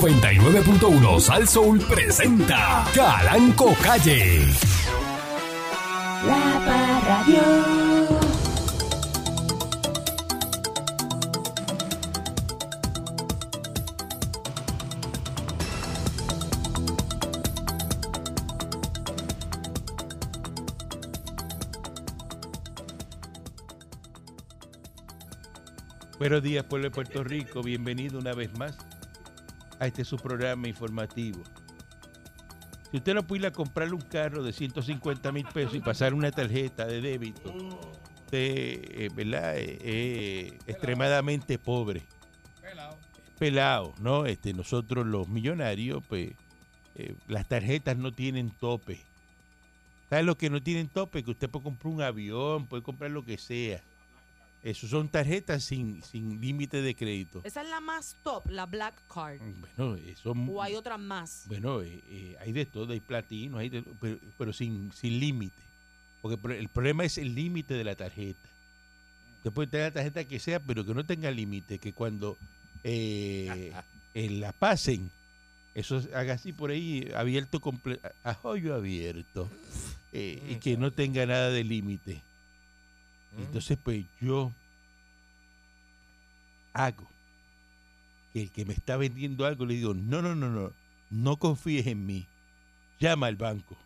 99.1 Sal Soul presenta Calanco Calle. La Parradio. Buenos días, pueblo de Puerto Rico. Bienvenido una vez más a este su programa informativo. Si usted no pudiera comprar un carro de 150 mil pesos y pasar una tarjeta de débito, usted eh, ¿verdad? Eh, eh, extremadamente pobre. Pelado. ¿no? Este, nosotros los millonarios, pues, eh, las tarjetas no tienen tope. ¿Sabes lo que no tienen tope? Que usted puede comprar un avión, puede comprar lo que sea. Eso son tarjetas sin, sin límite de crédito. Esa es la más top, la Black Card. Bueno, eso O hay otras más. Bueno, eh, eh, hay de todo, hay platino, hay de- pero, pero sin, sin límite. Porque pro- el problema es el límite de la tarjeta. Usted puede tener la tarjeta que sea, pero que no tenga límite, que cuando eh, eh, la pasen, eso es- haga así por ahí, abierto, comple- a a hoyo abierto, eh, y que no tenga nada de límite. Entonces, pues yo hago que el que me está vendiendo algo le digo, no, no, no, no, no confíes en mí, llama al banco.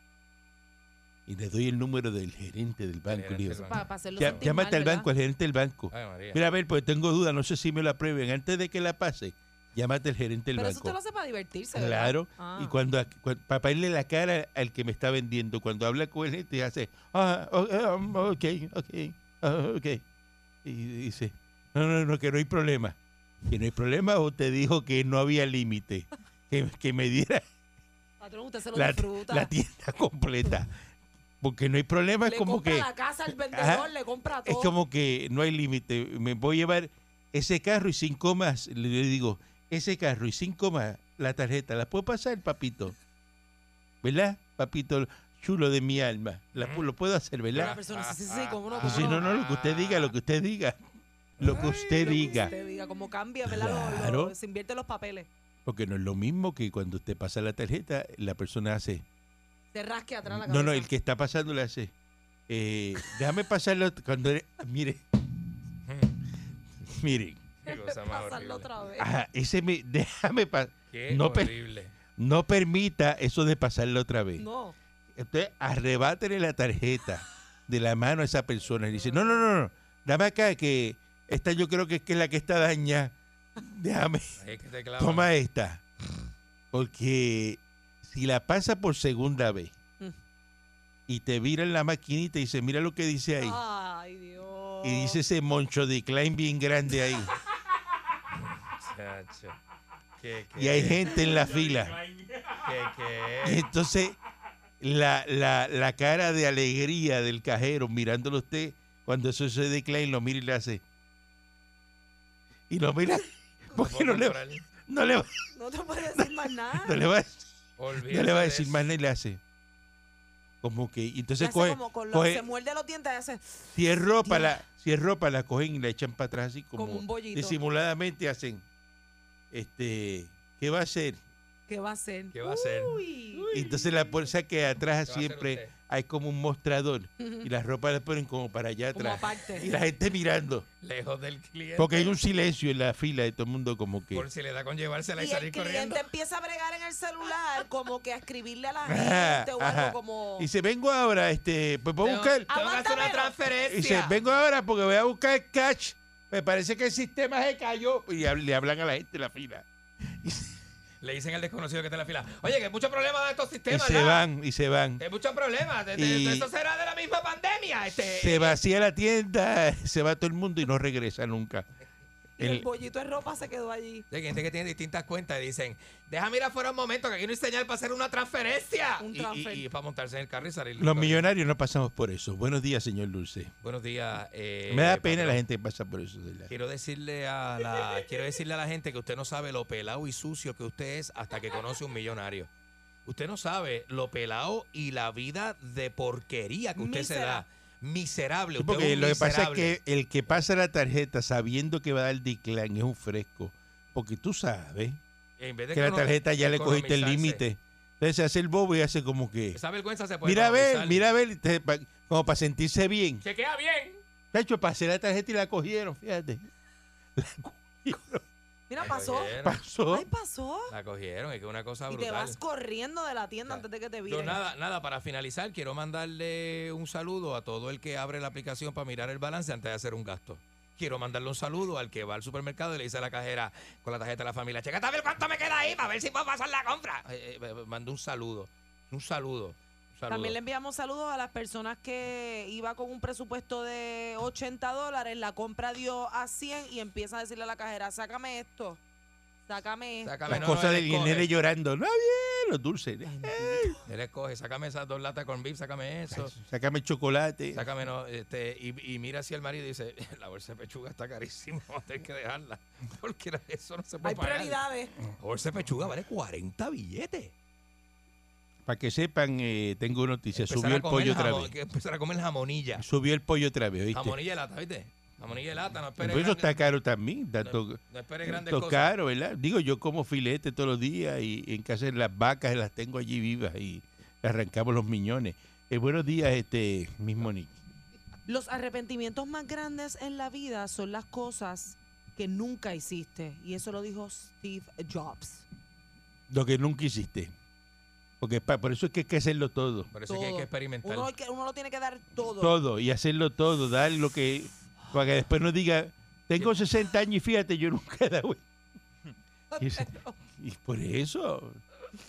Y le doy el número del gerente del banco. y le digo, gerente del Para, hacerlo "Ya- sentir llámate mal, al ¿verdad? banco, al gerente del banco. Ay, María. Mira, a ver, pues tengo duda, no sé si me la aprueben. Antes de que la pase, llámate al gerente del Pero eso banco. usted lo hace para divertirse, ¿verdad? Claro. Ah. Y cuando, para pedirle la cara al que me está vendiendo, cuando habla con él, te hace, ah, oh, eh, um, ok, ok, ah, ok. Y dice, no, no, no, que no hay problema. Que no hay problema o te dijo que no había límite. Que, que me diera Patrón, usted se lo la, disfruta. la tienda completa. Porque no hay problema, es le como compra que... la casa al vendedor, Ajá. le compra Es todo. como que no hay límite. Me voy a llevar ese carro y cinco más. Le le digo, ese carro y cinco más, la tarjeta, ¿la puedo pasar, papito? ¿Verdad? Papito chulo de mi alma. La pu- lo puedo hacer, Pero la ¿verdad? persona, sí, sí, sí, cómo no, Pues si cómo no, no, lo que usted diga, lo que usted diga. Lo que usted Lo que diga. Usted diga, como cambia, ¿verdad? Lo- lo- Claro. se invierte los papeles. Porque no es lo mismo que cuando usted pasa la tarjeta, la persona hace. Se rasque atrás la cabeza. No, no, el que está pasando le hace. eh, déjame pasarlo cuando. eres- Mire. Mire. Qué cosa más horrible. Pasarlo otra vez. Ajá, ese me. Déjame pasar. Qué No, pero- horrible. No permita eso de pasarla otra vez. No. Usted arrebátele la tarjeta de la mano a esa persona y dice, no, no, no, no, dame acá que esta yo creo que es que es la que está dañada. Déjame, Ahí es que te clavan. toma esta. Porque si la pasa por segunda vez Mm. y te vira en la maquinita y dice, mira lo que dice ahí. Ah, Ay, Dios. Y dice ese moncho de Klein bien grande ahí. Chacho. ¿Qué, qué, Y hay gente en la fila. qué, qué? Y Entonces, la, la, la cara de alegría del cajero mirándolo a usted, cuando eso se declara, lo mira y le hace. Y lo mira, porque ¿Puedo no le, comprar? no le, va- No te puede decir más nada. no le va, Olvídate no le va a de decir eso. más nada y le hace. Como que, y Le entonces hace coge, como con los- coge se muerde los dientes y hace si es ropa, la, si es ropa, la cogen y la echan para atrás así como, como, un bollito. disimuladamente hacen, este, ¿qué va a hacer? ¿Qué va a hacer? ¿Qué va a hacer? Uy. Y entonces la bolsa que atrás ¿Qué va a hacer siempre usted? hay como un mostrador y las ropas las ponen como para allá Como atrás. aparte. Y la gente mirando. Lejos del cliente. Porque hay un silencio en la fila de todo el mundo como que... Por si le da con llevársela y, Y el salir corriendo. cliente empieza a bregar en el celular, como que a escribirle a la Ajá, gente o ajá. algo como. Dice, vengo ahora, este, pues voy a Tengo- buscar... Tengo que hacer una Aguántamelo. transferencia. Dice, vengo ahora porque voy a buscar catch. Me parece que el sistema se cayó. Y hab- le hablan a la gente en la fila. Le dicen al desconocido que está en la fila. Oye, que hay mucho problema de estos Y sistemas. se ¿verdad? van, y se van. Que Hay muchos problemas. De- de- Y- Esto será de la misma pandemia. Este. Se vacía la tienda, se va todo el mundo y no regresa nunca. y el, El- bollito de ropa se quedó allí. Hay gente que tiene distintas cuentas y dicen, déjame ir afuera un momento, que aquí no hay señal para hacer una transferencia. Un Y- y, transfer. y, para montarse en el carro y salir. los millonarios no pasamos por eso. Buenos días, señor Dulce. Buenos días. eh, Me da patrón. pena la gente que pasa por eso. de la- Quiero decirle a la quiero decirle a la gente que usted no sabe lo pelado y sucio que usted es hasta que conoce un millonario. Usted no sabe lo pelado y la vida de porquería que usted se da. Miserable. Sí, Usted porque es un lo que pasa es miserable. que el que pasa la tarjeta sabiendo que va a dar decline es un fresco. Porque tú sabes En vez de que la econo- tarjeta ya le cogiste el economizarse. límite. Entonces se hace el bobo y hace como que. Esa vergüenza se puede Mira a ver, economizar. mira a ver, y te- pa- como para sentirse bien. Se queda bien. De hecho, pasé la tarjeta y la cogieron, fíjate. Mira, pasó. Cogieron, Pasó. Ay, pasó. la cogieron, es que es una cosa Y te brutal. vas corriendo de la tienda antes de que te Ah, Yo viren. nada, nada, para finalizar, quiero mandarle un saludo a todo el que abre la aplicación para mirar el balance antes de hacer un gasto. Quiero mandarle un saludo al que va al supermercado y le dice a la cajera con la tarjeta de la familia, checa a ver cuánto me queda ahí para ver si puedo pasar la compra. Eh, eh, eh, mandé un saludo, un saludo, un saludo. También le enviamos saludos a las personas que iba con un presupuesto de 80 dólares, la compra dio a 100 y empieza a decirle a la cajera, sácame esto, sácame esto. Sácame, La no, no, cosa él del escoge, dinero llorando. No, bien, los dulces. Eh, Él escoge, sácame esas dos latas con beef, sácame eso. Sácame el chocolate. Sácame, no, este, y, y mira hacia el marido y dice, la bolsa de pechuga está carísima, vamos a tener que dejarla, porque eso no se puede Hay pagar. prioridades. La bolsa de pechuga vale 40 billetes. Para que sepan, eh, tengo noticias. Empezar Subió a el comer pollo otra jamón- vez. que Empezar a comer jamonilla. Subió el pollo otra vez, ¿viste? Jamonilla de lata, ¿viste? Jamonilla de lata, no esperes Pero eso está grandes- caro también. Tanto, no, no esperes grandes tanto cosas. caro, ¿verdad? Digo, yo como filete todos los días y en casa de las vacas las tengo allí vivas y le arrancamos los miñones. Eh, buenos días, este mismo Nick. Los arrepentimientos más grandes en la vida son las cosas que nunca hiciste. Y eso lo dijo Steve Jobs. Lo que nunca hiciste. Porque pa- por eso es que hay que hacerlo todo. Por eso es que hay Todo. que experimentar. Uno, hay que- uno lo tiene que dar todo. Todo. Y hacerlo todo. Dar lo que... Para que después no diga, tengo 60 años y fíjate, yo nunca he dado... Y, es- y por eso...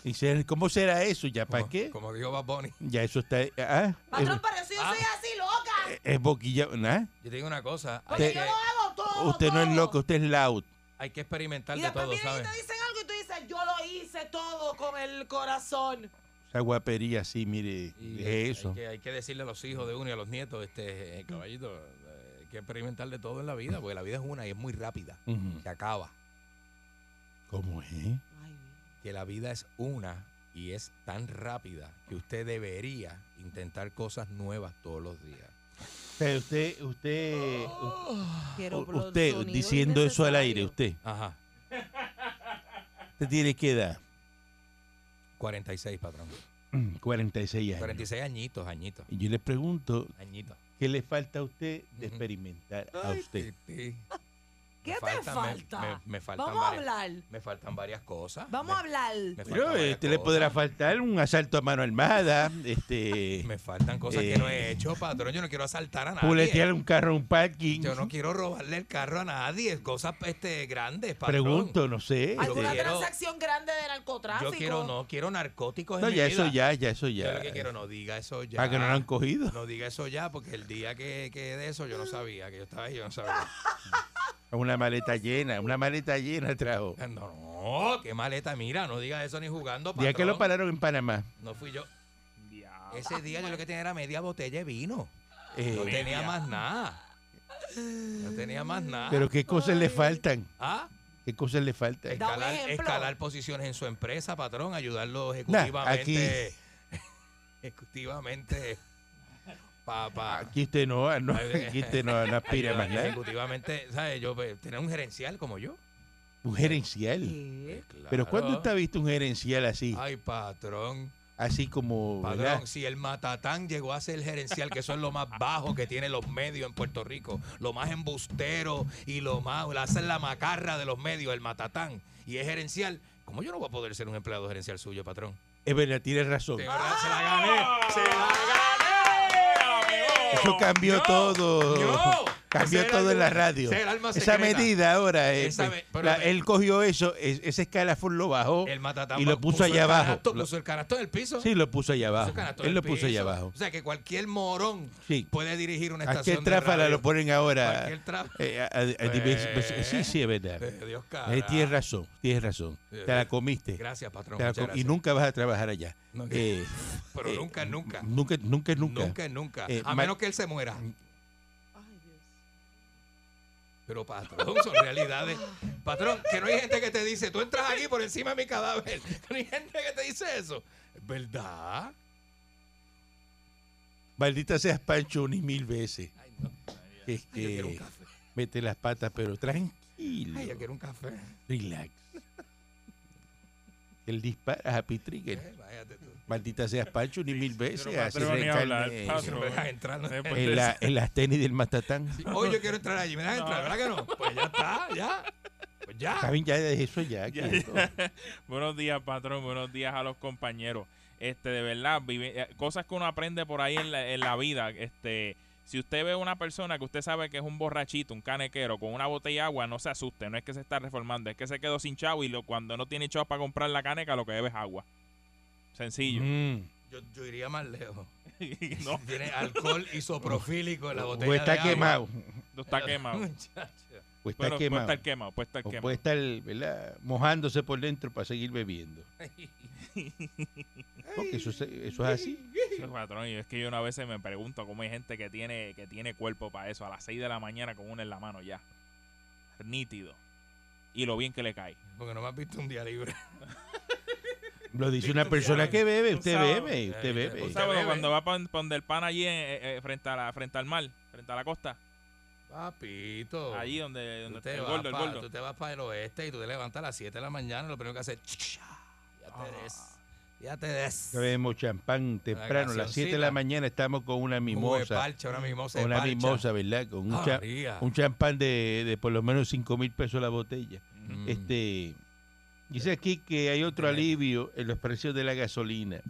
Y ser- ¿Cómo será eso? ¿Ya para Como- qué? Como dijo Bad Bunny. Ya eso está... ah, es, Patrón, pero si yo Ah. soy así, loca. es boquilla... ¿nah? Yo te digo una cosa, hay, Porque Te- yo que, lo hago todo. Usted no es todo. loco, usted es loud. hay que experimentar Y de después todo, vienen y ¿sabes? te dicen algo y tú dices, yo lo hice todo con el corazón. Esa guapería así, mire, Y es hay- eso. Hay que, hay que decirle a los hijos de uno y a los nietos, este eh, caballito, eh, hay que experimentar de todo en la vida, porque la vida es una y es muy rápida. Ujú. Se acaba. ¿Cómo es? Ay, que la vida es una y es tan rápida que usted debería intentar cosas nuevas todos los días. Pero usted, usted, quiero u- por los usted sonidos diciendo eso al aire, innecesarios. usted, Ajá. usted tiene qué edad? 46, patrón. 46 años. 46 añitos, añitos. Y yo le pregunto, Añitos. ¿qué le falta a usted de Ujú. experimentar a usted? ¿Qué te falta? Me, me faltan Vamos a varias, hablar. Me faltan varias cosas. Vamos a me, hablar. Me faltan Pero varias este le podrá cosas. faltar un asalto a mano armada, este, Me faltan cosas Eh. que no he hecho, patrón. Yo no quiero asaltar a nadie. puletear un carro en un parking. Yo no quiero robarle el carro a nadie. Cosas este, grandes, patrón. Pregunto, no sé. Ay, este, ¿Alguna quiero- transacción grande de narcotráfico? Yo quiero, no, quiero narcóticos no, en mi ya eso vida. ya, ya eso Yo ya. lo que quiero, no diga eso ya. Para que no lo han cogido. No diga eso ya, porque el día que, que de eso yo no sabía, que yo estaba ahí, yo no sabía. Una maleta llena, una maleta llena trajo. No, no, qué maleta, mira, no diga eso ni jugando. Ya que lo patrón. pararon en Panamá. No fui yo. Ese día yo lo que tenía era media botella de vino. Eh, No tenía más nada. No tenía más nada. Pero qué cosas le faltan, ah, qué cosas le faltan. Da un escalar, ejemplo. escalar posiciones en su empresa, patrón, Nah, ayudarlo ejecutivamente. ejecutivamente. Pa, pa- Aquí usted no, no, aquí usted no, no aspira más nada. ejecutivamente, ¿sabes? Yo pues, tener un gerencial como yo. Un gerencial. ¿Qué? Eh, Pero ¿cuándo Claro. usted ha visto un gerencial así? Ay, patrón. Así como, Patrón, ¿verdad? si el matatán llegó a ser gerencial, que eso es lo más bajo que tienen los medios en Puerto Rico, lo más embustero y lo más, la hacen la macarra de los medios, el matatán, y es gerencial, ¿cómo yo no voy a poder ser un empleado gerencial suyo, patrón? Es verdad, tiene razón. De verdad, se la gané, se la gané, amigo. Eso cambió Yo, todo. yo. Cambió Ese era todo el- en la radio. ese era el alma Esa secreta. medida ahora, eh, Esa me- pero la- me- él cogió eso, es- ese escalafón lo bajó El matatán y lo puso, allá el abajo. canasto, Lo- puso el canasto en el piso. sí, lo puso allá puso abajo. el canasto Él en el lo puso allá piso. abajo. O sea que cualquier morón Sí. puede dirigir una ¿A qué estación de tráfala radio. lo ponen ahora? Cualquier tráfala. Eh, a- a- a- divers- Pues, sí, sí, es verdad. Eh, Dios Eh, carajo. tienes razón, tienes razón. Eh, Te la comiste. Gracias, patrón. Te la muchas com- y gracias. nunca vas a trabajar allá. No, Eh, Pero eh, nunca, nunca. nunca, nunca, nunca. Nunca, nunca. Eh, a ma- menos que él se muera. Ay, Dios. Pero patrón, son realidades. Patrón, que no hay gente que te dice, tú entras aquí por encima de mi cadáver. No hay gente que te dice eso. ¿Verdad? Maldita seas Pancho ni mil veces. Ay, no. Que es Ay, yo quiero un que café. mete las patas, pero tranquilo. Ay, yo quiero un café. Relax. El dispara a Happy Trigger. Eh, váyate tú. Maldita sea Pancho, ni mil Yo veces. no me así atrevo ni a reencarne hablar, en- paso. Siempre vas a entrar. ¿no? Después de En, la- eso. en las tenis del Matatán. Hoy yo quiero entrar allí. ¿Me dejas entrar? ¿Verdad que no? Pues ya está, ya. Pues Está ya. bien, ya de eso ya. Ya, quieto. Buenos días, patrón. Buenos días a los compañeros. Este, de verdad, vive- eh, cosas que uno aprende por ahí en la, en la vida. Este, si usted ve una persona que usted sabe que es un borrachito, un canequero, con una botella de agua, no se asuste. No es que se está reformando, es que se quedó sin chavo y lo, cuando no tiene chavo para comprar la caneca, lo que bebe es agua. Sencillo. Mm. Yo, yo iría más lejos. no, Tiene alcohol isoprofílico en la botella. O está de agua. quemado. no está quemado. Muchacho. O está Bueno, puede quemado. estar quemado, puede estar O quemado. puede estar ¿verdad? mojándose por dentro para seguir bebiendo. Porque eso, se- eso es así. Sí, patrón, y es que yo una vez me pregunto cómo hay gente que tiene, que tiene cuerpo para eso, a las 6 de la mañana con una en la mano ya. Nítido. Y lo bien que le cae. Porque no me has visto un día libre. Lo dice una persona que bebe. Un Usted sábado. bebe, usted Un bebe. Usted sábado bebe. cuando va para donde el pan allí eh, eh, frente, a la, frente al mar, frente a la costa, Papito. allí donde, donde tú está te, el vas gordo, el Oh. pa- gordo. tú te vas para el oeste y tú te levantas a las 7 de la mañana y lo primero que haces es... Ya te Ah. des. Ya te des. Bebemos champán temprano. A las 7 de la gaseosita. mañana estamos con una Jugo de mimosa. parcha, una mimosa. Con de una parcha. mimosa, ¿verdad? Con un, Ah, cha- María. un champán de, de por lo menos 5 mil pesos la botella. Mm. Este, dice aquí que hay otro Tremendo. alivio en los precios de la gasolina.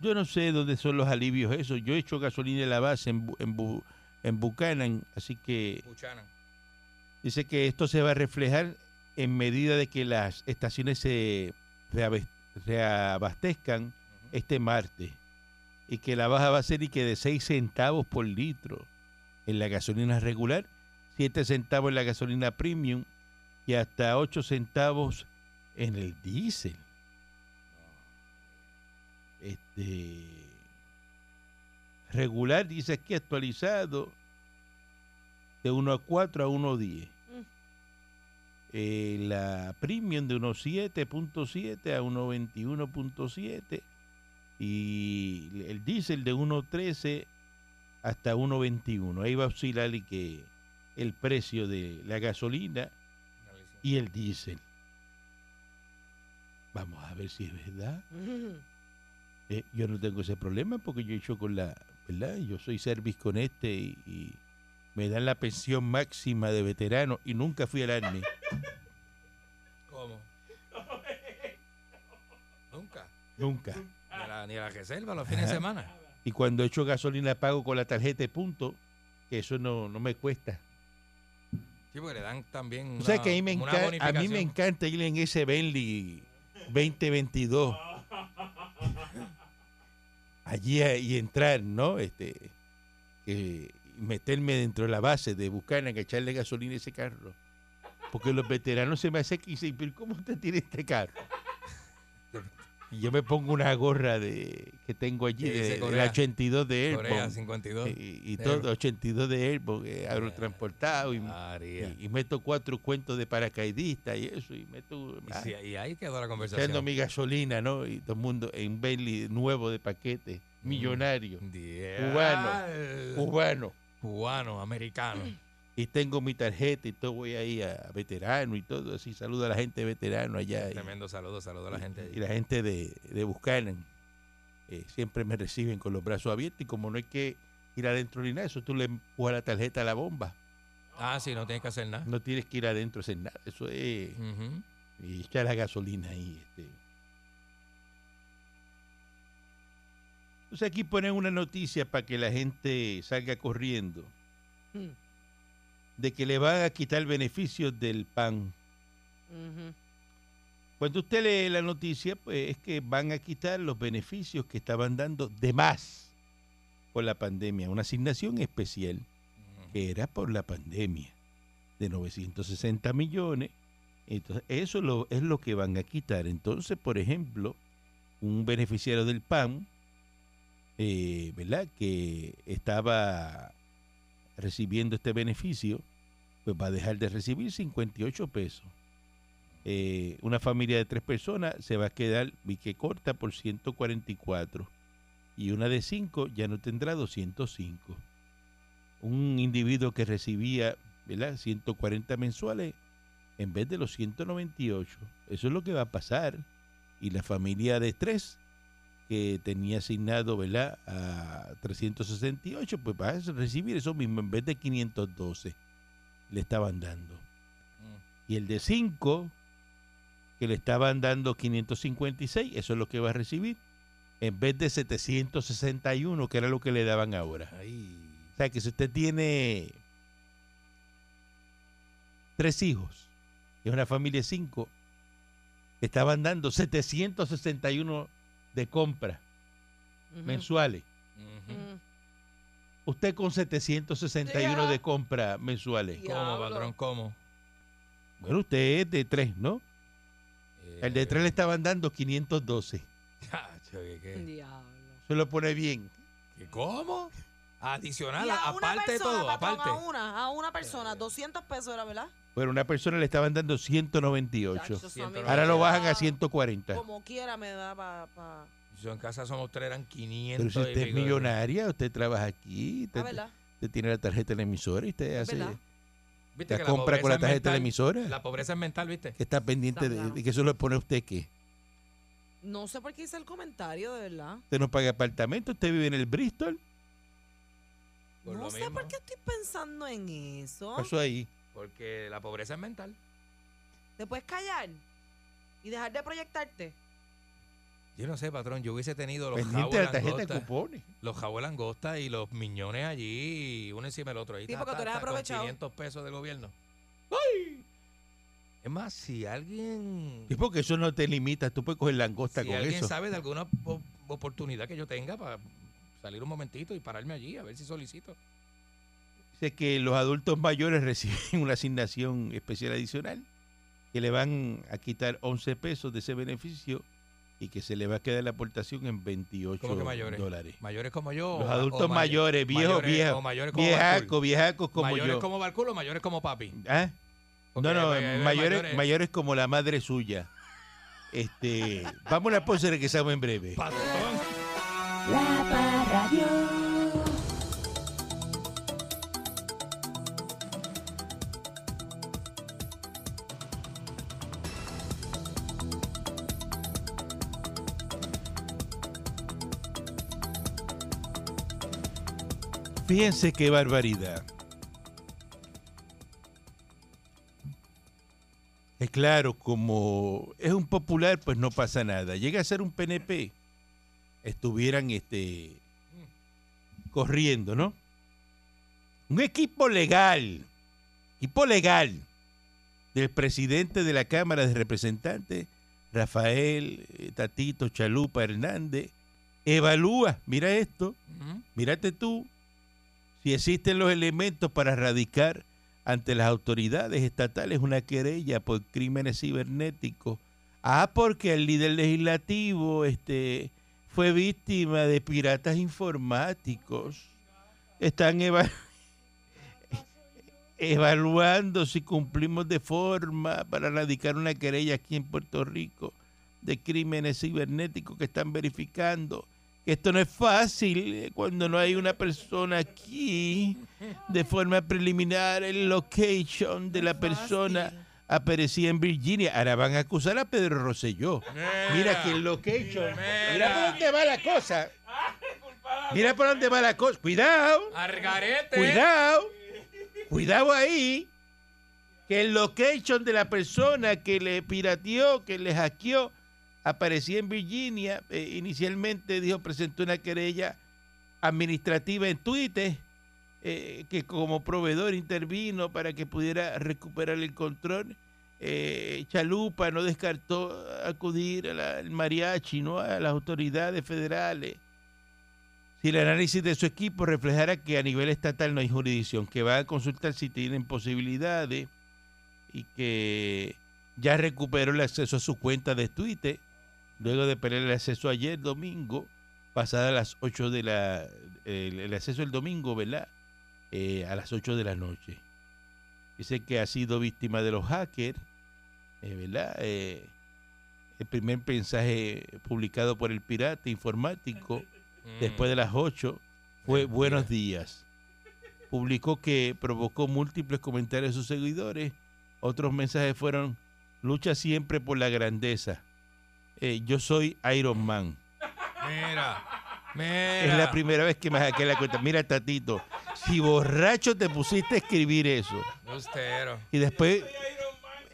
Yo no sé dónde son los alivios esos. Yo he hecho gasolina en la base en, Bu- en, Bu- en Buchanan, así que Buchanan. dice que esto se va a reflejar en medida de que las estaciones se reabe- reabastezcan este martes y que la baja va a ser y que de 6 centavos por litro en la gasolina regular, 7 centavos en la gasolina premium y hasta 8 centavos en el diésel. Este regular dice aquí actualizado de 1 a 4 a 1 a 10. Mm. Eh, la premium de 1.7.7 a 1.21.7 y el diésel de 1.13 hasta 1.21. Ahí va a oscilar y que el precio de la gasolina y el diésel. Vamos a ver si es verdad. Eh, yo no tengo ese problema porque yo he hecho con la, ¿verdad? Yo soy service con este y, y me dan la pensión máxima de veterano y nunca fui al Army. ¿Cómo? Nunca. Nunca. Ni a la, ni a la reserva los fines de semana. Y cuando he hecho gasolina pago con la tarjeta de punto, que eso no, no me cuesta. Sí, porque le dan también una, O sea que a mí me, como una encanta, a mí me bonificación. encanta ir en ese Bentley 2022. Allí a- y entrar, ¿no? Este, que meterme dentro de la base de Buchanan, echarle gasolina a ese carro. Porque los veteranos se me hacen que dicen, pero ¿cómo usted tiene este carro? Y yo me pongo una gorra de que tengo allí, Que dice de, del Corea. 82 de Corea Airborne. 52. Y, y de todo, Airborne. 82 de Airborne, eh, agrotransportado. Y, María. y, y meto cuatro cuentos de paracaidista y eso, y meto Y, ah, sí, y ahí quedó la echando conversación. mi gasolina, ¿no? Y todo el mundo en Bentley nuevo de paquete, Mm. millonario, Dial- cubano. Cubano, americano. Y tengo mi tarjeta y todo, voy ahí a veterano y todo, así saludo a la gente de veterano allá. y- Tremendo saludo, saludo a la gente. Y allí. la gente de, de Buchanan eh, siempre me reciben con los brazos abiertos y como no hay que ir adentro ni nada, eso tú le empujas la tarjeta a la bomba. Ah, sí, no tienes que hacer nada. No tienes que ir adentro a hacer nada. Eso es... Ujú. Y echa la gasolina ahí. Este. Entonces aquí ponen una noticia para que la gente salga corriendo Mm. de que le van a quitar beneficios del pan. Ujú. Cuando usted lee la noticia, pues es que van a quitar los beneficios que estaban dando de más por la pandemia, una asignación especial que era por la pandemia de 960 millones. Entonces, eso lo- es lo que van a quitar. Entonces, por ejemplo, un beneficiario del PAN, eh, ¿verdad? Que estaba recibiendo este beneficio, pues va a dejar de recibir 58 pesos. Eh, una familia de tres personas se va a quedar vi que corta por 144 y una de cinco ya no tendrá 205 un individuo que recibía ¿verdad? 140 mensuales en vez de los 198. Eso es lo que va a pasar. y la familia de tres que tenía asignado, ¿verdad? A 368, pues para eso- recibir eso mismo en vez de 512 le estaban dando. Y el de 5 que le estaban dando 556, eso es lo que va a recibir en vez de 761, que era lo que le daban ahora. O sea, que si usted tiene tres hijos y una familia de cinco, le estaban dando 761 de compra Ujú. mensuales. Mm. Usted con 761 de compra mensuales. ¿Cómo, Diablo. patrón? ¿Cómo? Bueno, usted es de tres, ¿no? El de tres le estaban dando 512. Eh, Chacho, ¿qué, qué? Diablo. Se lo pone bien. ¿Qué- ¿Cómo? Adicional, Y a una aparte de persona, todo, patrón, aparte. A una, a una persona, 200 pesos era, ¿verdad? Bueno, una persona le estaban dando 198. Chacho, eso a mí me Ahora lo da- bajan a 140. Como quiera me da para... Pa... Yo en casa somos tres, eran 500. Pero si y usted es pico de- millonaria, usted trabaja aquí, Ah, usted, ¿verdad? usted tiene la tarjeta de la emisora y usted hace verdad. ¿Viste la que compra con la pobreza es tarjeta de la mental? emisora, La pobreza es mental, ¿viste? que está pendiente de, Claro. de que eso lo pone usted qué. No sé por qué hice el comentario, de verdad. Usted no paga apartamento, usted vive en el Bristol, Por no lo sé mismo. por qué estoy pensando en eso. pasó ahí. Porque la pobreza es mental. ¿Te puedes callar? Y dejar de proyectarte. Yo no sé, patrón, yo hubiese tenido los Pendiente de la jabos tarjeta de langosta, cupones. los jabos langosta y los miñones allí, uno encima del otro. Ahí Sí, ta, porque ta, tú eres ta, con aprovechado. 500 pesos del gobierno. ¡Ay! Es más, si alguien... Y porque eso no te limita, tú puedes coger langosta si con alguien eso. sabe de alguna op- oportunidad que yo tenga para salir un momentito y pararme allí a ver si solicito. Dice que los adultos mayores reciben una asignación especial adicional que le van a quitar 11 pesos de ese beneficio y que se le va a quedar la aportación en 28 ¿Cómo que mayores? dólares. Mayores como yo. Los o- adultos o may- mayores, viejos, mayores- viejos, o mayores como Viejacos, Barcool. viejacos como mayores yo. como Barculo o mayores como papi. ¿Ah? Porque no, no, hay- hay- hay mayores, mayores como la madre suya. Este, vamos a la pausa y regresamos en breve. Patrón. La Parradio. Fíjense qué barbaridad. Es claro, como es un popular, pues no pasa nada. Llega a ser un PNP, estuvieran este corriendo, ¿no? Un equipo legal, equipo legal del presidente de la Cámara de Representantes, Rafael eh, Tatito Chalupa Hernández, evalúa, mira esto, Ujú. Mírate tú si existen los elementos para radicar ante las autoridades estatales una querella por crímenes cibernéticos. Ah, porque el líder legislativo este, fue víctima de piratas informáticos. Están eva- evaluando si cumplimos de forma para radicar una querella aquí en Puerto Rico de crímenes cibernéticos que están verificando que esto no es fácil eh, cuando no hay una persona aquí de forma preliminar el location de la persona aparecía en Virginia ahora van a acusar a Pedro Rosselló mira que el location mira por dónde va la cosa mira por dónde va la cosa cuidado Argarete. Cuidado, cuidado ahí, que el location de la persona que le pirateó, que le hackeó, aparecía en Virginia. Eh, inicialmente dijo, presentó una querella administrativa en Twitter, eh, que como proveedor intervino para que pudiera recuperar el control. Eh, Chalupa no descartó acudir a la- al mariachi, ¿no? a las autoridades federales si el análisis de su equipo reflejara que a nivel estatal no hay jurisdicción, que va a consultar si tienen posibilidades y que ya recuperó el acceso a su cuenta de Twitter, luego de perder el acceso ayer domingo, pasada las 8 de la... El, el acceso el domingo, ¿verdad? Eh, a las 8 de la noche. Dice que ha sido víctima de los hackers, eh, ¿verdad? Eh, el primer mensaje publicado por el pirata informático Mm. después de las 8 fue Mentira. Buenos días. Publicó que provocó múltiples comentarios de sus seguidores. Otros mensajes fueron lucha siempre por la grandeza. eh, yo soy Iron Man. Mira, Es la mira. primera vez que me saqué la cuenta. Mira, Tatito, si borracho te pusiste a escribir eso Austero. y después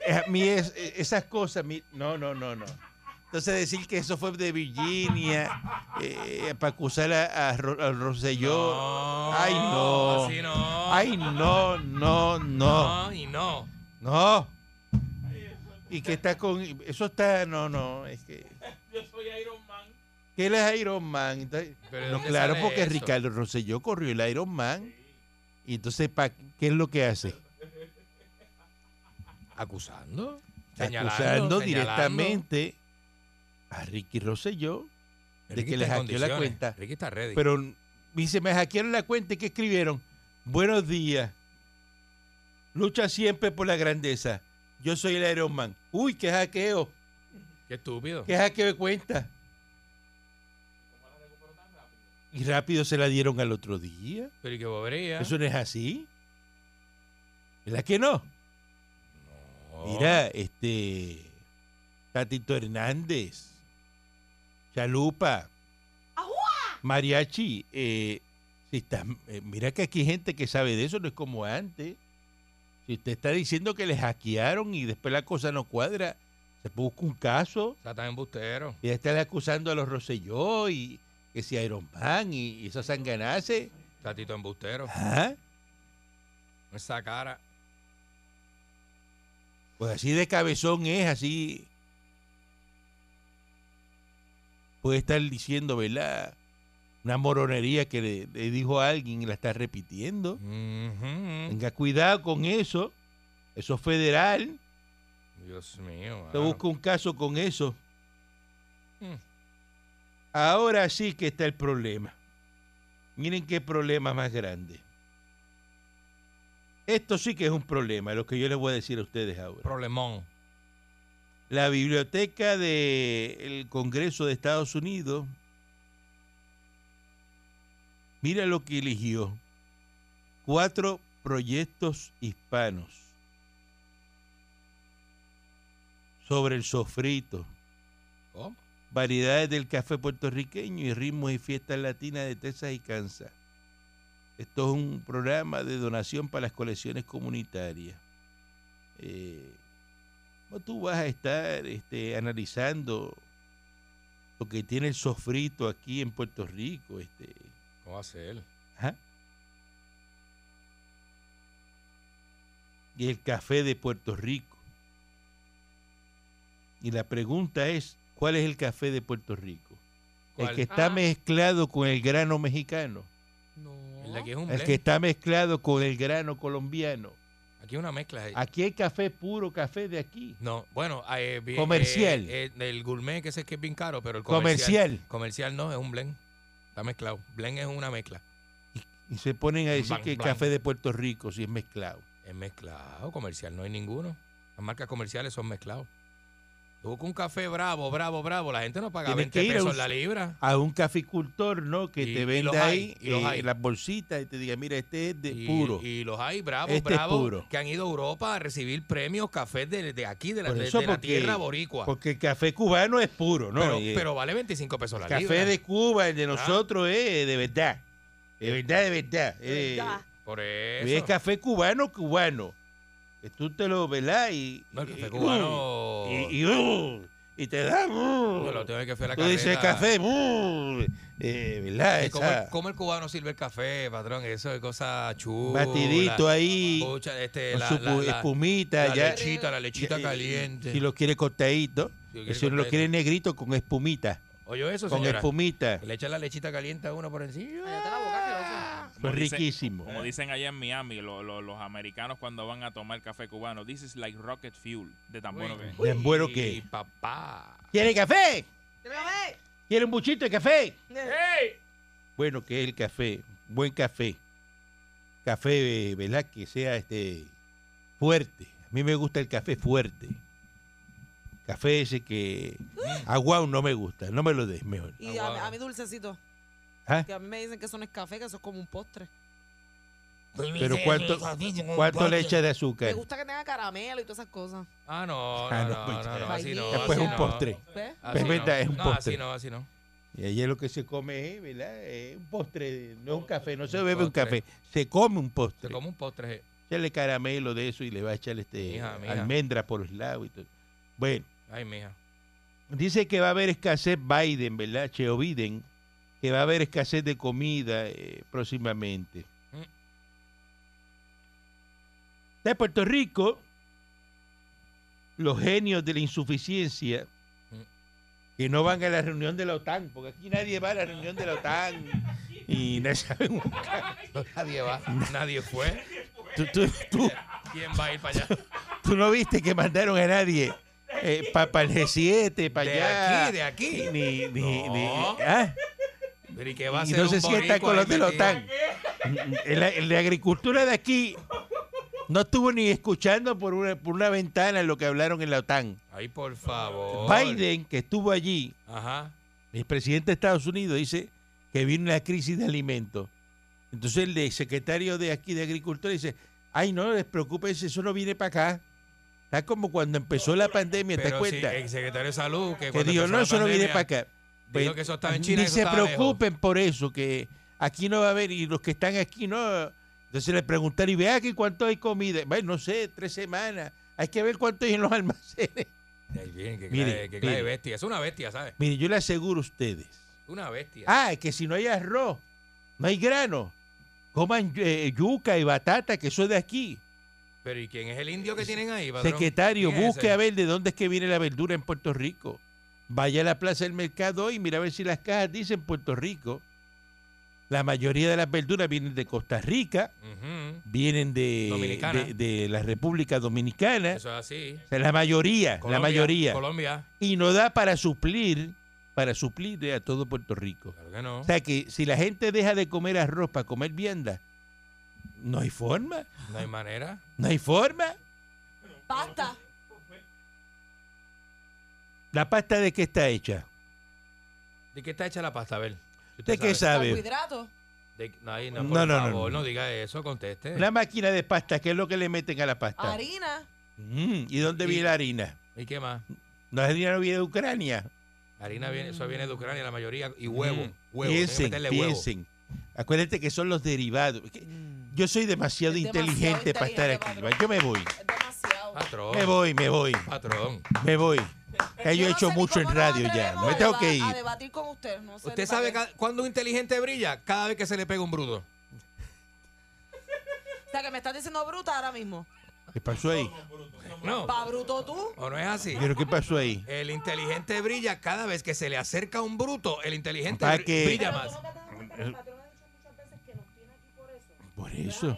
eh, a mí es, eh, esas cosas, mi- no, no, no, no. Entonces decir que eso fue de Virginia eh, para acusar a, a Ro- a Rosselló. No, Ay, no. Así no. Ay, no, no, no, No, y no. no. Y que está con... Eso está... No, no, es que... Yo soy Iron Man. que él es Iron Man. Entonces, ¿Pero de no, dónde claro, sale porque eso? Ricardo Rosselló corrió el Iron Man. Y entonces, ¿pa ¿qué es lo que hace? Acusando. Señalando, Acusando señalando. directamente a Ricky Rosselló de Ricky que está le en hackeó la condiciones. cuenta. Ricky está ready. Pero dice, me hackearon la cuenta y que escribieron, buenos días, lucha siempre por la grandeza. Yo soy el Iron Man. Uy, qué hackeo, Qué estúpido. qué hackeo de cuenta. Y rápido se la dieron al otro día. Pero y qué bobería. Eso no es así. ¿Verdad que no? No. Mira, este. Tatito Hernández. Chalupa. Mariachi. eh, si está- eh, mira que aquí hay gente que sabe de eso, no es como antes. Si usted está diciendo que le hackearon y después la cosa no cuadra, se busca un caso. O sea, está embustero. Y ya están acusando a los Rosselló y que si Iron Man y, y esas sanganaces. Tatito embustero. Ajá. Esa cara. Pues así de cabezón es, así. Puede estar diciendo, ¿verdad? Una moronería que le, le dijo a alguien y la está repitiendo. Ujú. Tenga cuidado con eso. Eso es federal. Dios mío. Te mano. busca un caso con eso. Mm. Ahora sí que está el problema. Miren qué problema más grande. Esto sí que es un problema, lo que yo les voy a decir a ustedes ahora. Problemón. La biblioteca del Congreso de Estados Unidos, mira lo que eligió. Cuatro proyectos hispanos sobre el sofrito, ¿Cómo? variedades del café puertorriqueño y ritmos y fiestas latinas de Texas y Kansas. Esto es un programa de donación para las colecciones comunitarias. Eh, ¿Cómo tú vas a estar este, analizando lo que tiene el sofrito aquí en Puerto Rico? Este, ¿Cómo va a ser? ajá. Y el café de Puerto Rico. Y la pregunta es, ¿cuál es el café de Puerto Rico? ¿Cuál? El que está Ah. mezclado con el grano mexicano. No. El de aquí es un El blend. que está mezclado con el grano colombiano. Aquí es una mezcla. eh. Aquí hay café puro, café de aquí. No, bueno, eh, bien, Comercial. eh, eh, el gourmet, que ese es que es bien caro, pero el comercial. Comercial. Comercial no, es un blend. Está mezclado. Blend es una mezcla. Y se ponen a decir Blan, que el blan. café de Puerto Rico si es mezclado. Es mezclado, comercial no hay ninguno. Las marcas comerciales son mezclados. Tú buscas un café bravo, bravo, bravo. La gente no paga Tienes 20 que ir a pesos un- Ah, la libra. A un caficultor, ¿no? Que Y- te y venda los hay, ahí y los eh, hay. las bolsitas y te diga, mira, este es de Y- puro. Y, los hay bravos, Este es bravos, puro. que han ido a Europa a recibir premios cafés de, de aquí, de la, Por de- eso, de la porque- tierra boricua. Porque el café cubano es puro, ¿no? pero, Y el pero Ah. vale 25 pesos la libra. café de Cuba, el de nosotros, eh, es de verdad. De verdad, de verdad. Eh, verdad. Por es eso. café cubano, cubano. Que tú te lo velás y... No, el y- café cubano. Y, y, uh, y te da... uh. Yo lo tengo que fui a la Tú dices carreta. café, uh, eh, ¿verdad? ¿Y ¿Cómo, el- Esa- cómo el cubano sirve el café, patrón? Eso es cosa chula. batidito ahí, Mucha- este, con la, su la- pu- la- espumita, la ya, lechita, la lechita ya, eh, caliente. Si lo quiere cortadito, Si lo y quiere si uno lo cortadito. quiere negrito, con espumita, Oye, eso, con señora. espumita, Le echan la lechita caliente a uno por encima. Cállate la boca, asqueroso. Fue dice- riquísimo. Como dicen allá en Miami, lo- lo- los americanos cuando van a tomar café cubano, this is like rocket fuel, de tan bueno que es. Tan bueno Uy, que- papá. ¿Quiere café? Tráigame. ¿Quiere un buchito de café? Eh. Bueno, que es el café, buen café. Café, eh, ¿verdad? Que sea este fuerte. A mí me gusta el café fuerte. Café ese que aguau no me gusta, no me lo des mejor. Y Ah, a, a mí dulcecito. ¿Ah? Que a mí me dicen que eso no es café, que eso es como un postre. Pero ¿cuánto, cuánto le echa de azúcar? Me gusta que tenga caramelo y todas esas cosas. Ah, no, Ah, no, no, no, no, no, así no. Después así un no. postre. ¿Ves? Así Pues venta, es un no, postre. Así no, así no. Y ayer lo que se come es, ¿verdad? Es un postre, no es un café, no se Un bebe un postre. café, se come un Se postre. come un postre. Echarle caramelo de eso y le va a echar este Mija, mija. almendra por los lados y todo. Bueno, Ay, mija. dice que va a haber escasez Biden, ¿verdad? Cheo Biden, que va a haber escasez de comida eh, próximamente. Mm. Está en Puerto Rico, los genios de la insuficiencia Mm. que no van a la reunión de la OTAN, porque aquí nadie va a la reunión de la OTAN y nadie sabe un Nadie va, nadie fue. Tú, tú- tú- ¿Quién va a ir para allá? tú no viste que mandaron a nadie eh, para el G7, para De allá. aquí, de aquí. Ni, ni, No. ni- ¿ah? Pero ¿y qué va a Y ser no un se sienta boricua con los ahí de la metido? OTAN. En La, en la agricultura de aquí no estuvo ni escuchando por una, por una ventana lo que hablaron en la OTAN. Ay, por favor. Biden, que estuvo allí, Ajá. el presidente de Estados Unidos, dice que viene una crisis de alimentos. Entonces el de- secretario de aquí de Agricultura dice, ay, no les preocupes, eso no viene para acá. Está como cuando empezó la pandemia, ¿te Pero cuenta? si el secretario de salud que, que cuando dijo, empezó no, la eso no viene pandemia, para acá. dijo Pues, que eso estaba en China, Ni eso se estaba lejos. preocupen por eso, que aquí no va a haber, y los que están aquí no. Entonces le preguntaron, y vea aquí cuánto hay comida. Bueno, no sé, tres semanas. Hay que ver cuánto hay en los almacenes. Ay, bien, qué Mire, clave, qué clave mire. bestia. Es una bestia, ¿sabes? Mire, yo le aseguro a ustedes. Una bestia. Ah, que si no hay arroz, no hay grano. Coman eh, yuca y batata, que eso es de aquí. Pero ¿y quién es el indio que tienen ahí, patrón? Secretario, ¿Quién es busque ese? a ver de dónde es que viene la verdura en Puerto Rico. Vaya a la plaza del mercado y mira a ver si las cajas dicen Puerto Rico. La mayoría de las verduras vienen de Costa Rica, Ujú. vienen de, Dominicana. de- de la República Dominicana. Eso es así. O sea, la mayoría, Colombia, la mayoría. Colombia. Y no da para suplir, para suplir a todo Puerto Rico. Claro que no. O sea que si la gente deja de comer arroz para comer vianda, no hay forma, No hay manera. no hay forma. Basta. ¿La pasta de qué está hecha? ¿De qué está hecha la pasta? A ver. si ¿Usted qué sabe? Carbohidratos. De- no, ahí no, No, por no, no, favor, no, no. diga eso, conteste. La máquina de pasta, ¿qué es lo que le meten a la pasta? Harina. Mm, ¿Y dónde viene Y- la harina? ¿Y qué más? La harina no viene de Ucrania. Harina viene, eso viene de Ucrania la mayoría y huevo, Mm. huevo, tiene que piensen, meterle huevo. piensen. Acuérdate que son los derivados. Es que Yo soy demasiado Mm. Es demasiado inteligente para estar inteligente, aquí. patrón. Yo me voy, Es demasiado. Ah. Patrón. me voy, me voy, Patrón. me voy. Ya yo he no hecho sé ni mucho en cómo nos radio ya. atrevemos Me a tengo que deba- A ir. debatir con usted. No sé ¿Usted ni sabe para ca- cuándo un inteligente brilla? Cada vez que se le pega un bruto. qué. O sea, que me estás diciendo bruta ahora mismo. ¿Qué pasó ahí? No, Pa' bruto tú. o no es así. ¿Pero qué pasó ahí? El inteligente brilla cada vez que se le acerca un bruto, el inteligente Pa' br- que- brilla más. Por eso.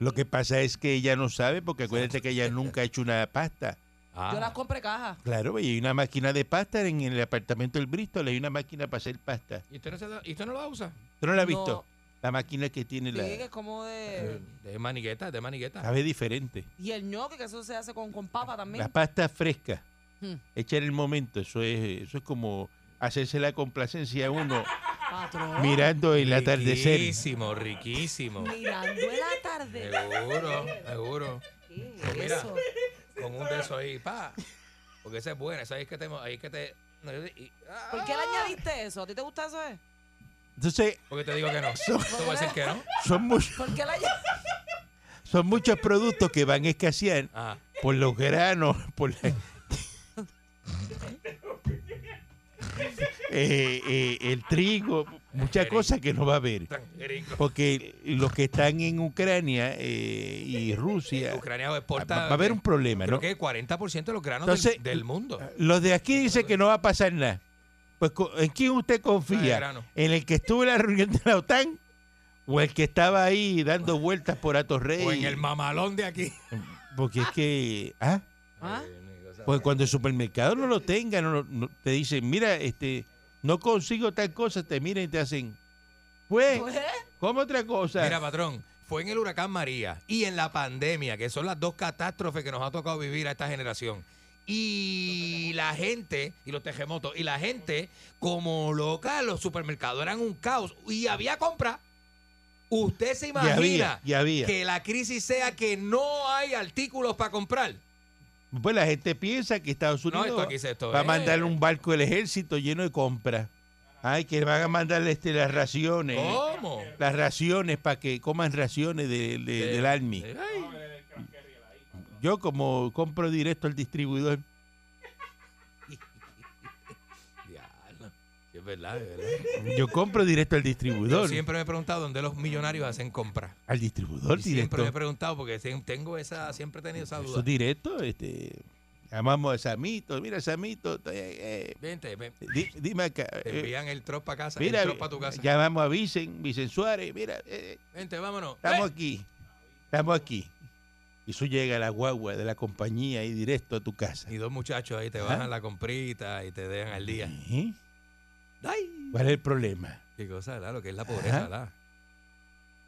Lo que pasa es que ella no sabe, porque acuérdate que ella nunca ha hecho una pasta. Yo las Ah, compré caja. Claro, y hay una máquina de pasta en el apartamento del Bristol, hay una máquina para hacer pasta. ¿Y usted no, se da- y usted no la usa? ¿Tú no la has No. visto? La máquina que tiene Sí, la... que es como de. De manigueta, de manigueta. Sabe diferente. Y el ñoque, que eso se hace con, con papa La también. pasta fresca, Hmm. hecha en el momento, eso es, eso es como hacerse la complacencia a uno Patrón. mirando el atardecer. Riquísimo, riquísimo. Mirando el atardecer. Seguro, seguro. ¿Qué Pues es mira. eso? Con un de esos ahí, pa. Porque esa es buena, esa ahí es que te... Ahí es que te y- ah, ¿Por qué le añadiste eso? ¿A ti te gusta eso? eh? Entonces, ah, porque te digo que no. ¿Tú vas a decir que no? son, muchos ¿Por qué le añadiste? son muchos productos que van a escasear Ajá. por los granos, por la- Eh, eh, el trigo, muchas cosas que no va a haber. Tan rico. Porque los que están en Ucrania eh, y Rusia, Ucrania va, exporta. va a haber un problema, Creo ¿no? que 40% de los granos Entonces, del, del mundo. Los de aquí dicen que no va a pasar nada. Pues, co- ¿en quién usted Ah, de confía? grano. ¿En el que estuvo en la reunión de la OTAN? ¿O el que estaba ahí dando vueltas por Atos Rey? O en el mamalón de aquí. Porque es que. ¿ah? ¿Ah? Pues cuando el supermercado no lo tenga, no, lo- no- te dicen, mira, este, no consigo tal cosa, te miran y te hacen. Pues, ¿Qué? ¿cómo otra cosa? Mira, patrón, fue en el huracán María y en la pandemia, que son las dos catástrofes que nos ha tocado vivir a esta generación. Y la gente, y los terremotos, y la gente, como loca, los supermercados eran un caos y había compra. ¿Usted se Y había, imagina y había. que la crisis sea que no hay artículos para comprar? Pues la gente piensa que Estados No, Unidos esto aquí se esto. va a es- mandar un barco del ejército lleno de compras. Ay, que van a mandarle este, las raciones. ¿Cómo? Las raciones para que coman raciones de- de- De- del Army. Ay. Yo como compro directo al distribuidor. Diablo. Sí, Es verdad, es verdad. Yo compro directo al Yo distribuidor. siempre me he preguntado dónde los millonarios hacen compras. Al distribuidor Y Siempre me he directo. preguntado porque ten- tengo esa, siempre he tenido esa Eso duda. es directo. Este, llamamos a Samito. Mira, Samito. eh, eh, Vente, ven, di- dime acá. te eh, envían el trop para casa, mira, el trop para tu casa. llamamos a Vicen, Vicen Suárez. Mira, eh, Vente, vámonos. Estamos Eh, aquí. Estamos aquí. Y eso llega a la guagua de la compañía y directo a tu casa. Y dos muchachos ahí te bajan la comprita y te dejan al día. ¿Eh? Ay, ¿Cuál es el problema? qué cosa, ¿verdad? Lo que es la pobreza, Ajá. ¿verdad?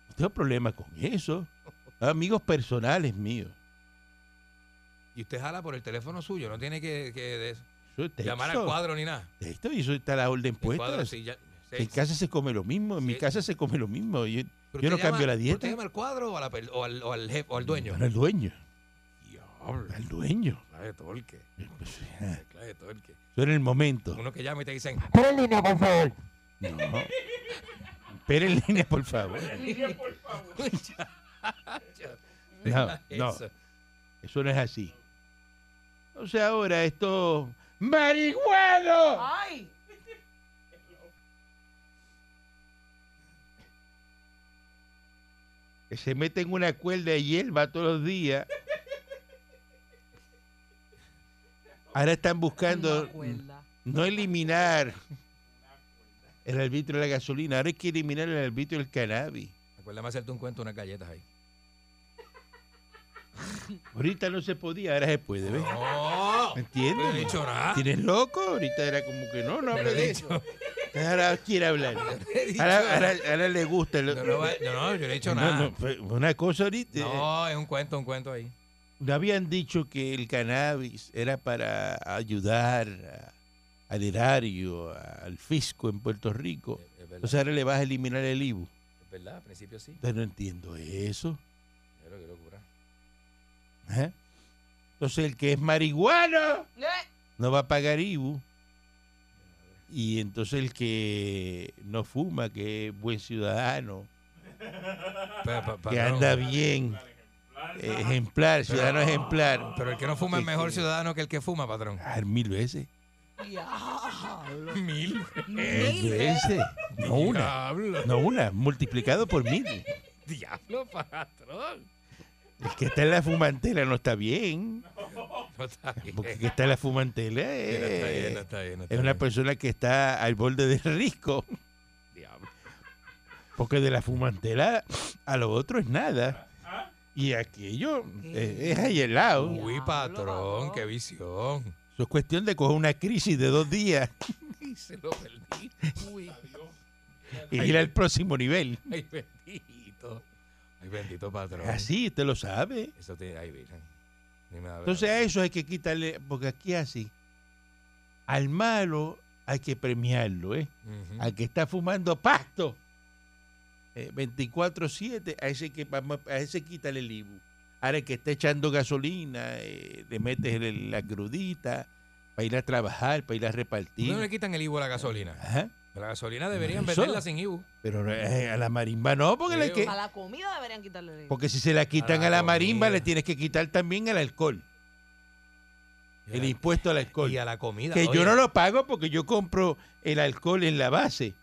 No tengo problema con eso. Amigos personales míos. Y usted jala por el teléfono suyo, no tiene que, que de- Eso es texto. llamar al cuadro ni nada. Texto, y eso está la orden El cuadro, puesta. sí, ya- sí. pues, En casa se come lo mismo. En mi Sí. casa se come lo mismo. Yo, Pero yo no usted llama- cambio la dieta. ¿Usted llama al cuadro o, a la per- o al, o al jefe o al dueño? Bueno, al dueño. Diablo, Al dueño. clase de torque, Pues, ah, clase de torque. Eso era el momento. Uno que llama y te dicen, No. Esperen en línea, por favor. No, deja no. eso. Eso no es así. Entonces ahora estos marihuanos ¡Ay! que se meten una cuerda de hierba todos los días. Ahora están buscando no eliminar el arbitrio de la gasolina, ahora hay que eliminar el arbitrio del cannabis. Acuérdame hacerte un cuento, unas galletas ahí. Ahorita no se podía, ahora se puede, ¿ves? No, ¿Me no he entiendes? dicho nada. ¿Tienes loco? Ahorita era como que no, no No hable he de eso. dicho, Ahora quiere hablar. no he dicho Ahora, nada. ahora- ahora le gusta. el- ah. No, no, va- no, no, yo no he dicho No, nada. no, fue una cosa ahorita. eh, No, es un cuento, un cuento ahí. No habían dicho que el cannabis era para ayudar a- al erario, a- al fisco en Puerto Rico. Es- Es Entonces verdad, ahora le vas a eliminar el IBU. es verdad, al principio sí. Entonces no entiendo eso. Pero qué locura. ¿eh? Entonces el que es marihuano Eh, no va a pagar IBU. Y entonces el que no fuma, que es buen ciudadano, Pa- pa- pa- que pero- anda bien, eh, ejemplar, ciudadano ejemplar. Pero el que no fuma es mejor ciudadano que el que fuma, patrón. Ah, mil veces. Mil. Mil veces. No una. Diablo, No una, multiplicado por mil. diablo, patrón. El que está en la fumantela no está bien. No está Porque el bien. que está en la fumantela Sí, no está bien, no eh, está bien, no está es una bien. persona que está al borde del risco. Diablo. Porque de la fumantela a lo otro es nada. Y aquello eh, es ahí al lado. Uy, patrón, qué visión. Eso es cuestión de coger una crisis de dos días Y se lo perdí. Uy. y ir al próximo nivel. Ay, bendito. Ay, bendito patrón. Así, usted lo sabe. Eso tiene. Ay, virgen. Ni me da- Entonces a eso hay que quitarle, porque aquí así, al malo hay que premiarlo, ¿eh? Ujú. al que está fumando pasto eh, 24-7, a ese, que, vamos- a ese quítale el IBU. Ahora el que está echando gasolina, eh, le metes el- la crudita para ir a trabajar, para ir a ¿Por qué repartir. no le quitan el IVU a la gasolina? Ajá. La gasolina deberían Eso. venderla sin IVU. Pero eh, a la marimba no, porque, le Sí, que- A la comida deberían quitarle el porque si se la quitan A la a la marimba, comida. le tienes que quitar también el alcohol, el impuesto al alcohol. Y a la comida. Que oye, yo no lo pago porque yo compro el alcohol en la base.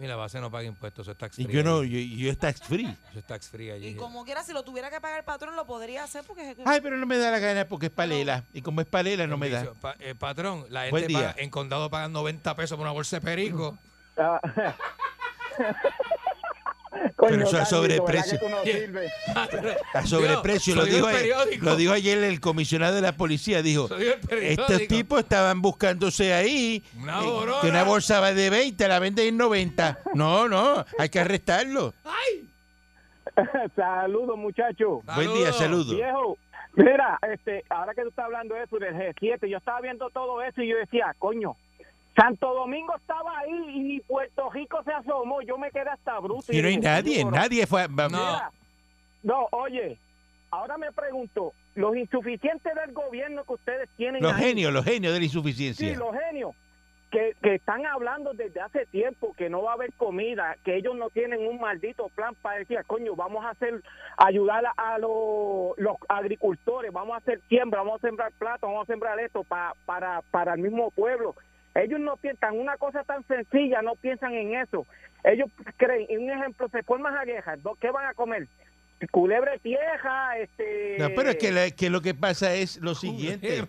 Mira, la base no paga impuestos, eso es tax Y free. yo no, allí. yo, yo está free. Eso es tax free allí. Y como quiera, si lo tuviera que pagar el patrón, lo podría hacer porque es que- Ay, pero no me da la gana porque es palela. Y como es palela, no me da. Vicio. Pa- eh, patrón, la Buen gente día. paga- en condado pagan 90 pesos por una bolsa de perico. Pero eso a sobreprecio. A sobreprecio. Digo, Lo soy dijo, el ayer- periódico. lo dijo ayer el comisionado de la policía. Dijo, Soy el periódico. estos tipos estaban buscándose ahí. Una eh, borona. que una bolsa va de 20, la venden en 90. No, no, hay que arrestarlo. Saludos, muchachos. Buen día, saludo. Viejo, mira, este, ahora que tú estás hablando de eso del G7, yo estaba viendo todo eso y yo decía, coño, Santo Domingo estaba ahí y ni Puerto Rico se asomó. Yo me quedé hasta bruto. Y no hay dije, nadie, "Seguro". nadie fue. a- va- No. Mira, no, oye, ahora me pregunto, los insuficientes del gobierno que ustedes tienen. Los ahí, genios, los genios de la Sí, insuficiencia. los genios. Que, que están hablando desde hace tiempo que no va a haber comida, que ellos no tienen un maldito plan para decir, coño, vamos a hacer, ayudar a, a los, los agricultores, vamos a hacer siembra, vamos a sembrar plata, vamos a sembrar esto pa- para, para el mismo pueblo. Ellos no piensan una cosa tan sencilla, no piensan en eso. Ellos creen, en un ejemplo, se forman a guerras, ¿qué van a comer? Culebre tierra, este... No, pero es que, la- que lo que pasa es lo siguiente.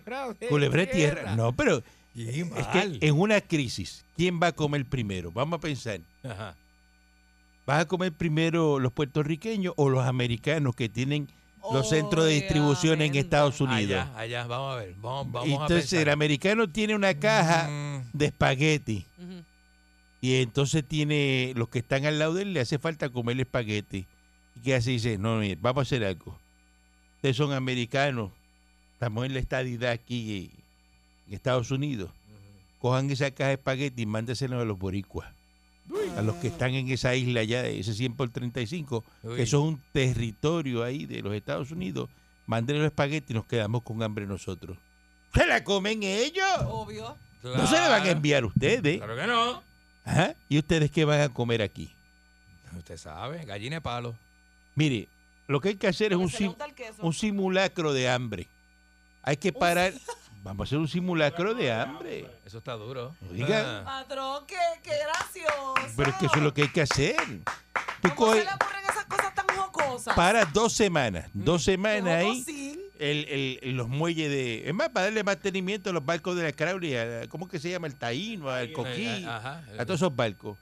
Culebre tierra. No, pero Y es que mal. en una crisis, ¿quién va a comer primero? Vamos a pensar. Ajá. ¿Vas a comer primero los puertorriqueños o los americanos que tienen los centros de distribución en Obviamente. Estados Unidos? Allá, allá, vamos a ver. Vamos, vamos Entonces, a el pensar. americano tiene una caja Mm, de espagueti Ujú. y entonces tiene los que están al lado de él, le hace falta comer el espagueti. Y que así dice, no, mire, vamos a hacer algo. Ustedes son americanos, estamos en la estadidad aquí en Estados Unidos. Cojan esa caja de espagueti y mándesela a los boricuas. A los que están en esa isla ya, ese 100 por 35, uy. que eso es un territorio ahí de los Estados Unidos, manden los espaguetis y nos quedamos con hambre nosotros. ¿Se la comen ellos? Obvio. No se la van a Claro, enviar ustedes. Claro que no. Ajá. ¿Y ustedes qué van a comer aquí? Usted sabe, gallina de palo. Mire, lo que hay que hacer es Porque un, se sim- le unta el queso. un simulacro de hambre. Hay que parar. Vamos a hacer un simulacro de hambre. Eso está duro. Oiga. Ah, Patrón, qué, qué gracioso. Pero es que eso es lo que hay que hacer. Tú ¿Cómo coges, se le ocurren esas cosas tan jocosas? para dos semanas. Mm. Dos Qué semanas ahí. jocosín. el, el- el- los muelles de. Es más, para darle mantenimiento a los barcos de la Crowley, a- ¿cómo que se llama? El Taíno, al Coquí, eh, Ajá. a todos esos barcos.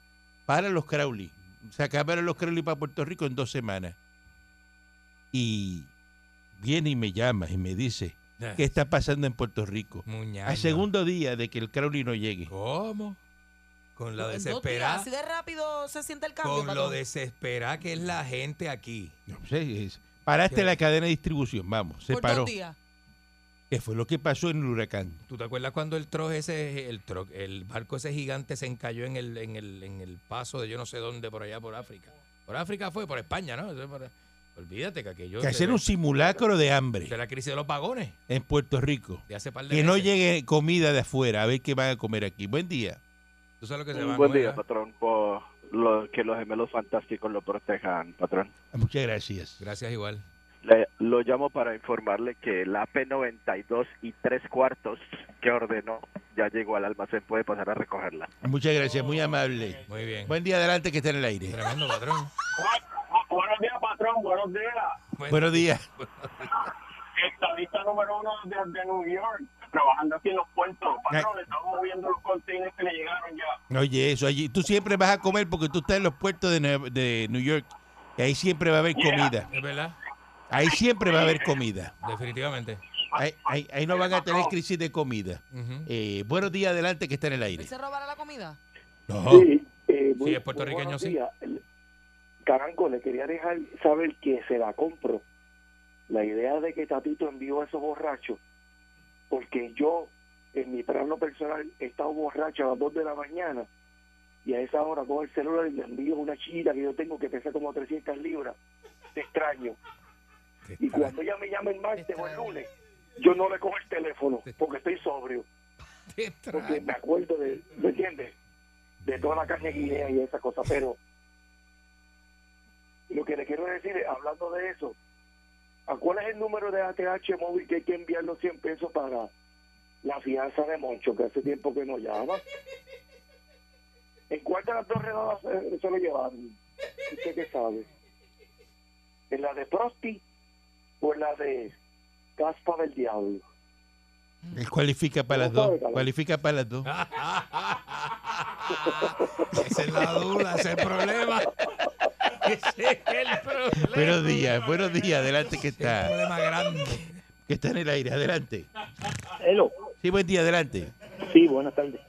Para los Crowley. Se acabaron los Crowley para Puerto Rico en dos semanas. Y viene y me llama y me dice: Eh, ¿Qué está pasando en Puerto Rico? muñaña. Al segundo día de que el Crowley no Oh. llegue. ¿Cómo? Con la En dos días, desesperada. Así de rápido se siente el cambio. Con lo patrón. desesperada que es la gente aquí. No sé, es- paraste ¿Qué? la cadena de distribución, vamos, se Por paró. dos días. Que fue lo que pasó en el huracán. ¿Tú te acuerdas cuando el troje ese, el tro- el barco ese gigante se encalló en el, en el, en el paso de yo no sé dónde, por allá por África? Por África fue, por España, ¿no? Eso es por- olvídate que aquello Que de- hacer un simulacro de hambre de la crisis de los vagones en Puerto Rico. de hace par de Que no meses. llegue comida de afuera, a ver qué van a comer aquí. Buen día. Tú sabes lo que se Un van, buen ¿no? día, patrón. Por lo- que los gemelos fantásticos lo protejan, patrón. Muchas gracias. Gracias igual. Le- lo llamo para informarle que la AP92 y tres cuartos que ordenó ya llegó al almacén. Puede pasar a recogerla. Muchas gracias, muy amable. Muy bien. Buen día adelante que está en el aire. Tremendo patrón. Buenos días, patrón, buenos días. Bueno, Buenos días. estadista número uno de, de New York, trabajando aquí en los puertos. Patrón, estamos moviendo los contenedores que le llegaron ya. Oye, eso allí. Tú siempre vas a comer porque tú estás en los puertos de Nueva- de New York. Y ahí siempre va a haber comida. es verdad, Ahí siempre va a haber comida. definitivamente. Ahí, ahí- ahí no van a tener Oh. crisis de comida. Ujú. Eh, buenos días adelante que está en el aire. ¿Él se robará la comida? No. Sí, eh, Sí, es puertorriqueño, buenos sí. días. El- Caranco, le quería dejar saber que se la compro. La idea de que Tatito envió a esos borrachos, porque yo, en mi plano personal, he estado borracho a las 2 de la mañana y a esa hora cojo el celular y le envío una chiquita que yo tengo que pesa como 300 libras. Te extraño. Y cuando ella me llama el martes o el lunes, yo no le cojo el teléfono porque estoy sobrio Te tra- porque me acuerdo de, ¿me entiendes? De toda la carne guinea y esa cosa, pero lo que le quiero decir, es, hablando de eso, ¿a cuál es el número de ATH móvil que hay que enviar los 100 pesos para la fianza de Moncho, que hace tiempo que no llama? ¿En cuál de las dos redadas eh, se lo llevaron? ¿Usted qué sabe? ¿En la de Prosti o en la de Caspa del Diablo? Él cualifica para las dos. Cualifica para las dos. Esa es la duda, ese es el problema. Ese es el problema. Buenos días, buenos días adelante que El está, problema grande. que está en el aire. Adelante. Hello. Sí, buen día adelante. Sí, buenas tardes.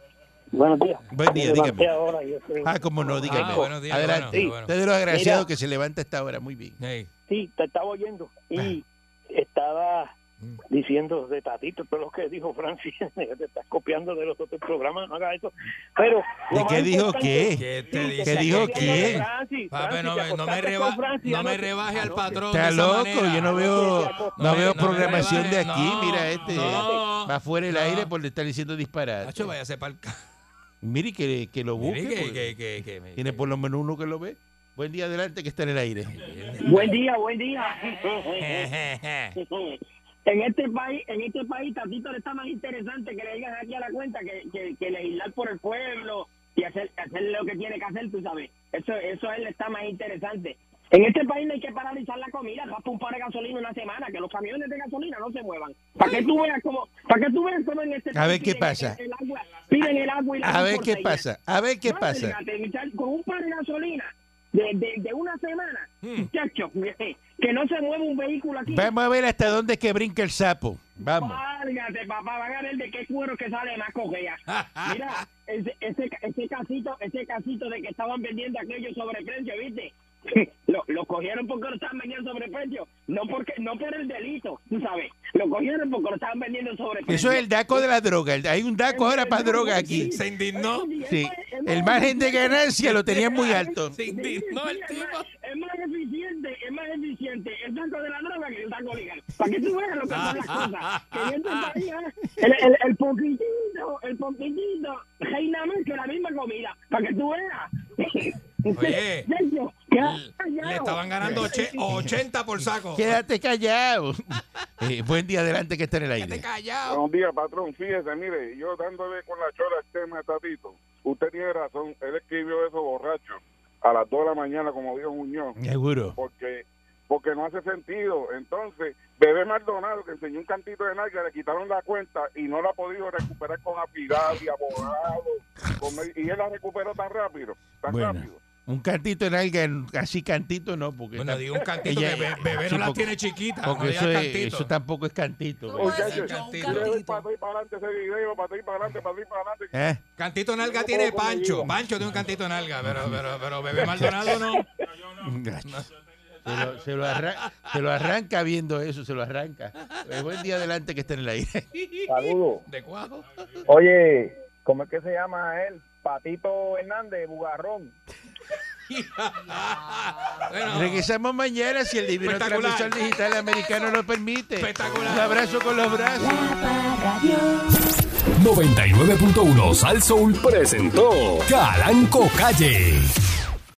Buenos días. Buen día, Me levanté dígame. ahora y estoy- Ah, como no, dígame. Ah, buenos días, Adelante. bueno, bueno. Usted es de los agraciados Mira. que se levanta a esta hora. Muy bien. Hey, Sí, te estaba oyendo y estaba diciendo de Tatito, pero lo que dijo Francis, te estás copiando de los otros programas, no hagas eso. Pero ¿De lo qué más dijo importante- qué? Sí, ¿Qué te te estás dijo copiando de qué? Francis, Papi, Francis, te no me, no me acostaste reba- con Francis no me anoche. rebaje al patrón. Está de esa loco, manera. pues, yo no veo, no No me- veo no me programación de rebajes, aquí. no, Mira, este no, va fuera del no. aire por estar diciendo disparate. Nacho, váyase para el Mire que, que lo busque. que, porque que, que, que me- Tiene por lo menos uno que lo ve. Buen día adelante que está en el aire. Buen día, buen día. Jejeje. En este país, en este país, Tatito le está más interesante que le digan aquí a la cuenta que, que, que legislar por el pueblo y hacer, hacer lo que tiene que hacer, tú sabes. Eso, eso a él le está más interesante. En este país no hay que paralizar la comida, gasta un par de gasolina una semana, que los camiones de gasolina no se muevan. ¿Para que tú veas cómo, para que tú veas cómo en este A ver qué piden pasa. el agua- piden el agua y la A luz ver por qué seis pasa. A ver qué no, pasa. fíjate, muchacho, Con un par de gasolina de, de, de una semana, Hmm. muchacho, que, que no se mueva un vehículo aquí. Vamos a ver hasta dónde es que brinca el sapo. Vamos. Válgate, papá, van a ver de qué cuero que sale más cogea. Mira, ese, ese, ese casito, ese casito de que estaban vendiendo aquello sobreprecio, ¿viste? Lo, lo cogieron porque lo estaban vendiendo sobreprecio, no porque no por el delito, tú sabes. Lo cogieron porque lo estaban vendiendo sobreprecio. Eso es el daco de la droga. El- Hay un daco ahora para droga aquí. Se indignó. Sí. El margen de ganancia lo tenía muy alto. Se indignó el tipo. Es más eficiente, es más eficiente el saco de la droga que el saco legal. Para que tú veas lo que son las cosas. Que en este país, ¿eh? el, el, el poquitito, el poquitito, reina más que la misma comida. Para que tú veas. Oye, Sergio, ¿qué has Le estaban Eh, ganando oche- 80 por saco. Quédate callado. Eh, buen día adelante que está en el aire. callado. Buenos días, patrón. Fíjese, mire, yo dándole con la chola al tema de Tatito. Usted tiene razón, él escribió eso borracho a las 2 de la mañana, como dijo Muñoz, Seguro. porque porque no hace sentido. Entonces, Bebé Maldonado, que enseñó un cantito de nalga, le quitaron la cuenta y no la ha podido recuperar con afidad y abogado. con- y él la recuperó tan rápido, tan Bueno. rápido. Un cantito en alguien, así cantito no, porque, Bueno, digo un cantito Ella- que be- bebé sí, no la porque- tiene chiquita. porque no eso, digas es- cantito. eso tampoco es cantito. ¿Cómo ¿verdad? puedo decir yo un Oye, Yo le doy cantito? para atrás y para adelante ese video, para atrás y para adelante, para atrás y para adelante. ¿Eh? Cantito nalga tiene Pancho. Pancho tiene un cantito nalga, pero, pero, pero bebé Maldonado no. Se lo, se lo arran- se lo arranca viendo eso, se lo arranca. Eh, buen día adelante que está en el aire. Saludos. De cuajo. Oye, ¿cómo es que se llama él? Patito Hernández, Bugarrón. Bueno, Regresamos mañana si el divino Espectacular. transmisor digital americano lo permite. Espectacular. Un abrazo con los brazos. La Parradio. 99.1 Sal Soul presentó Calanco Calle.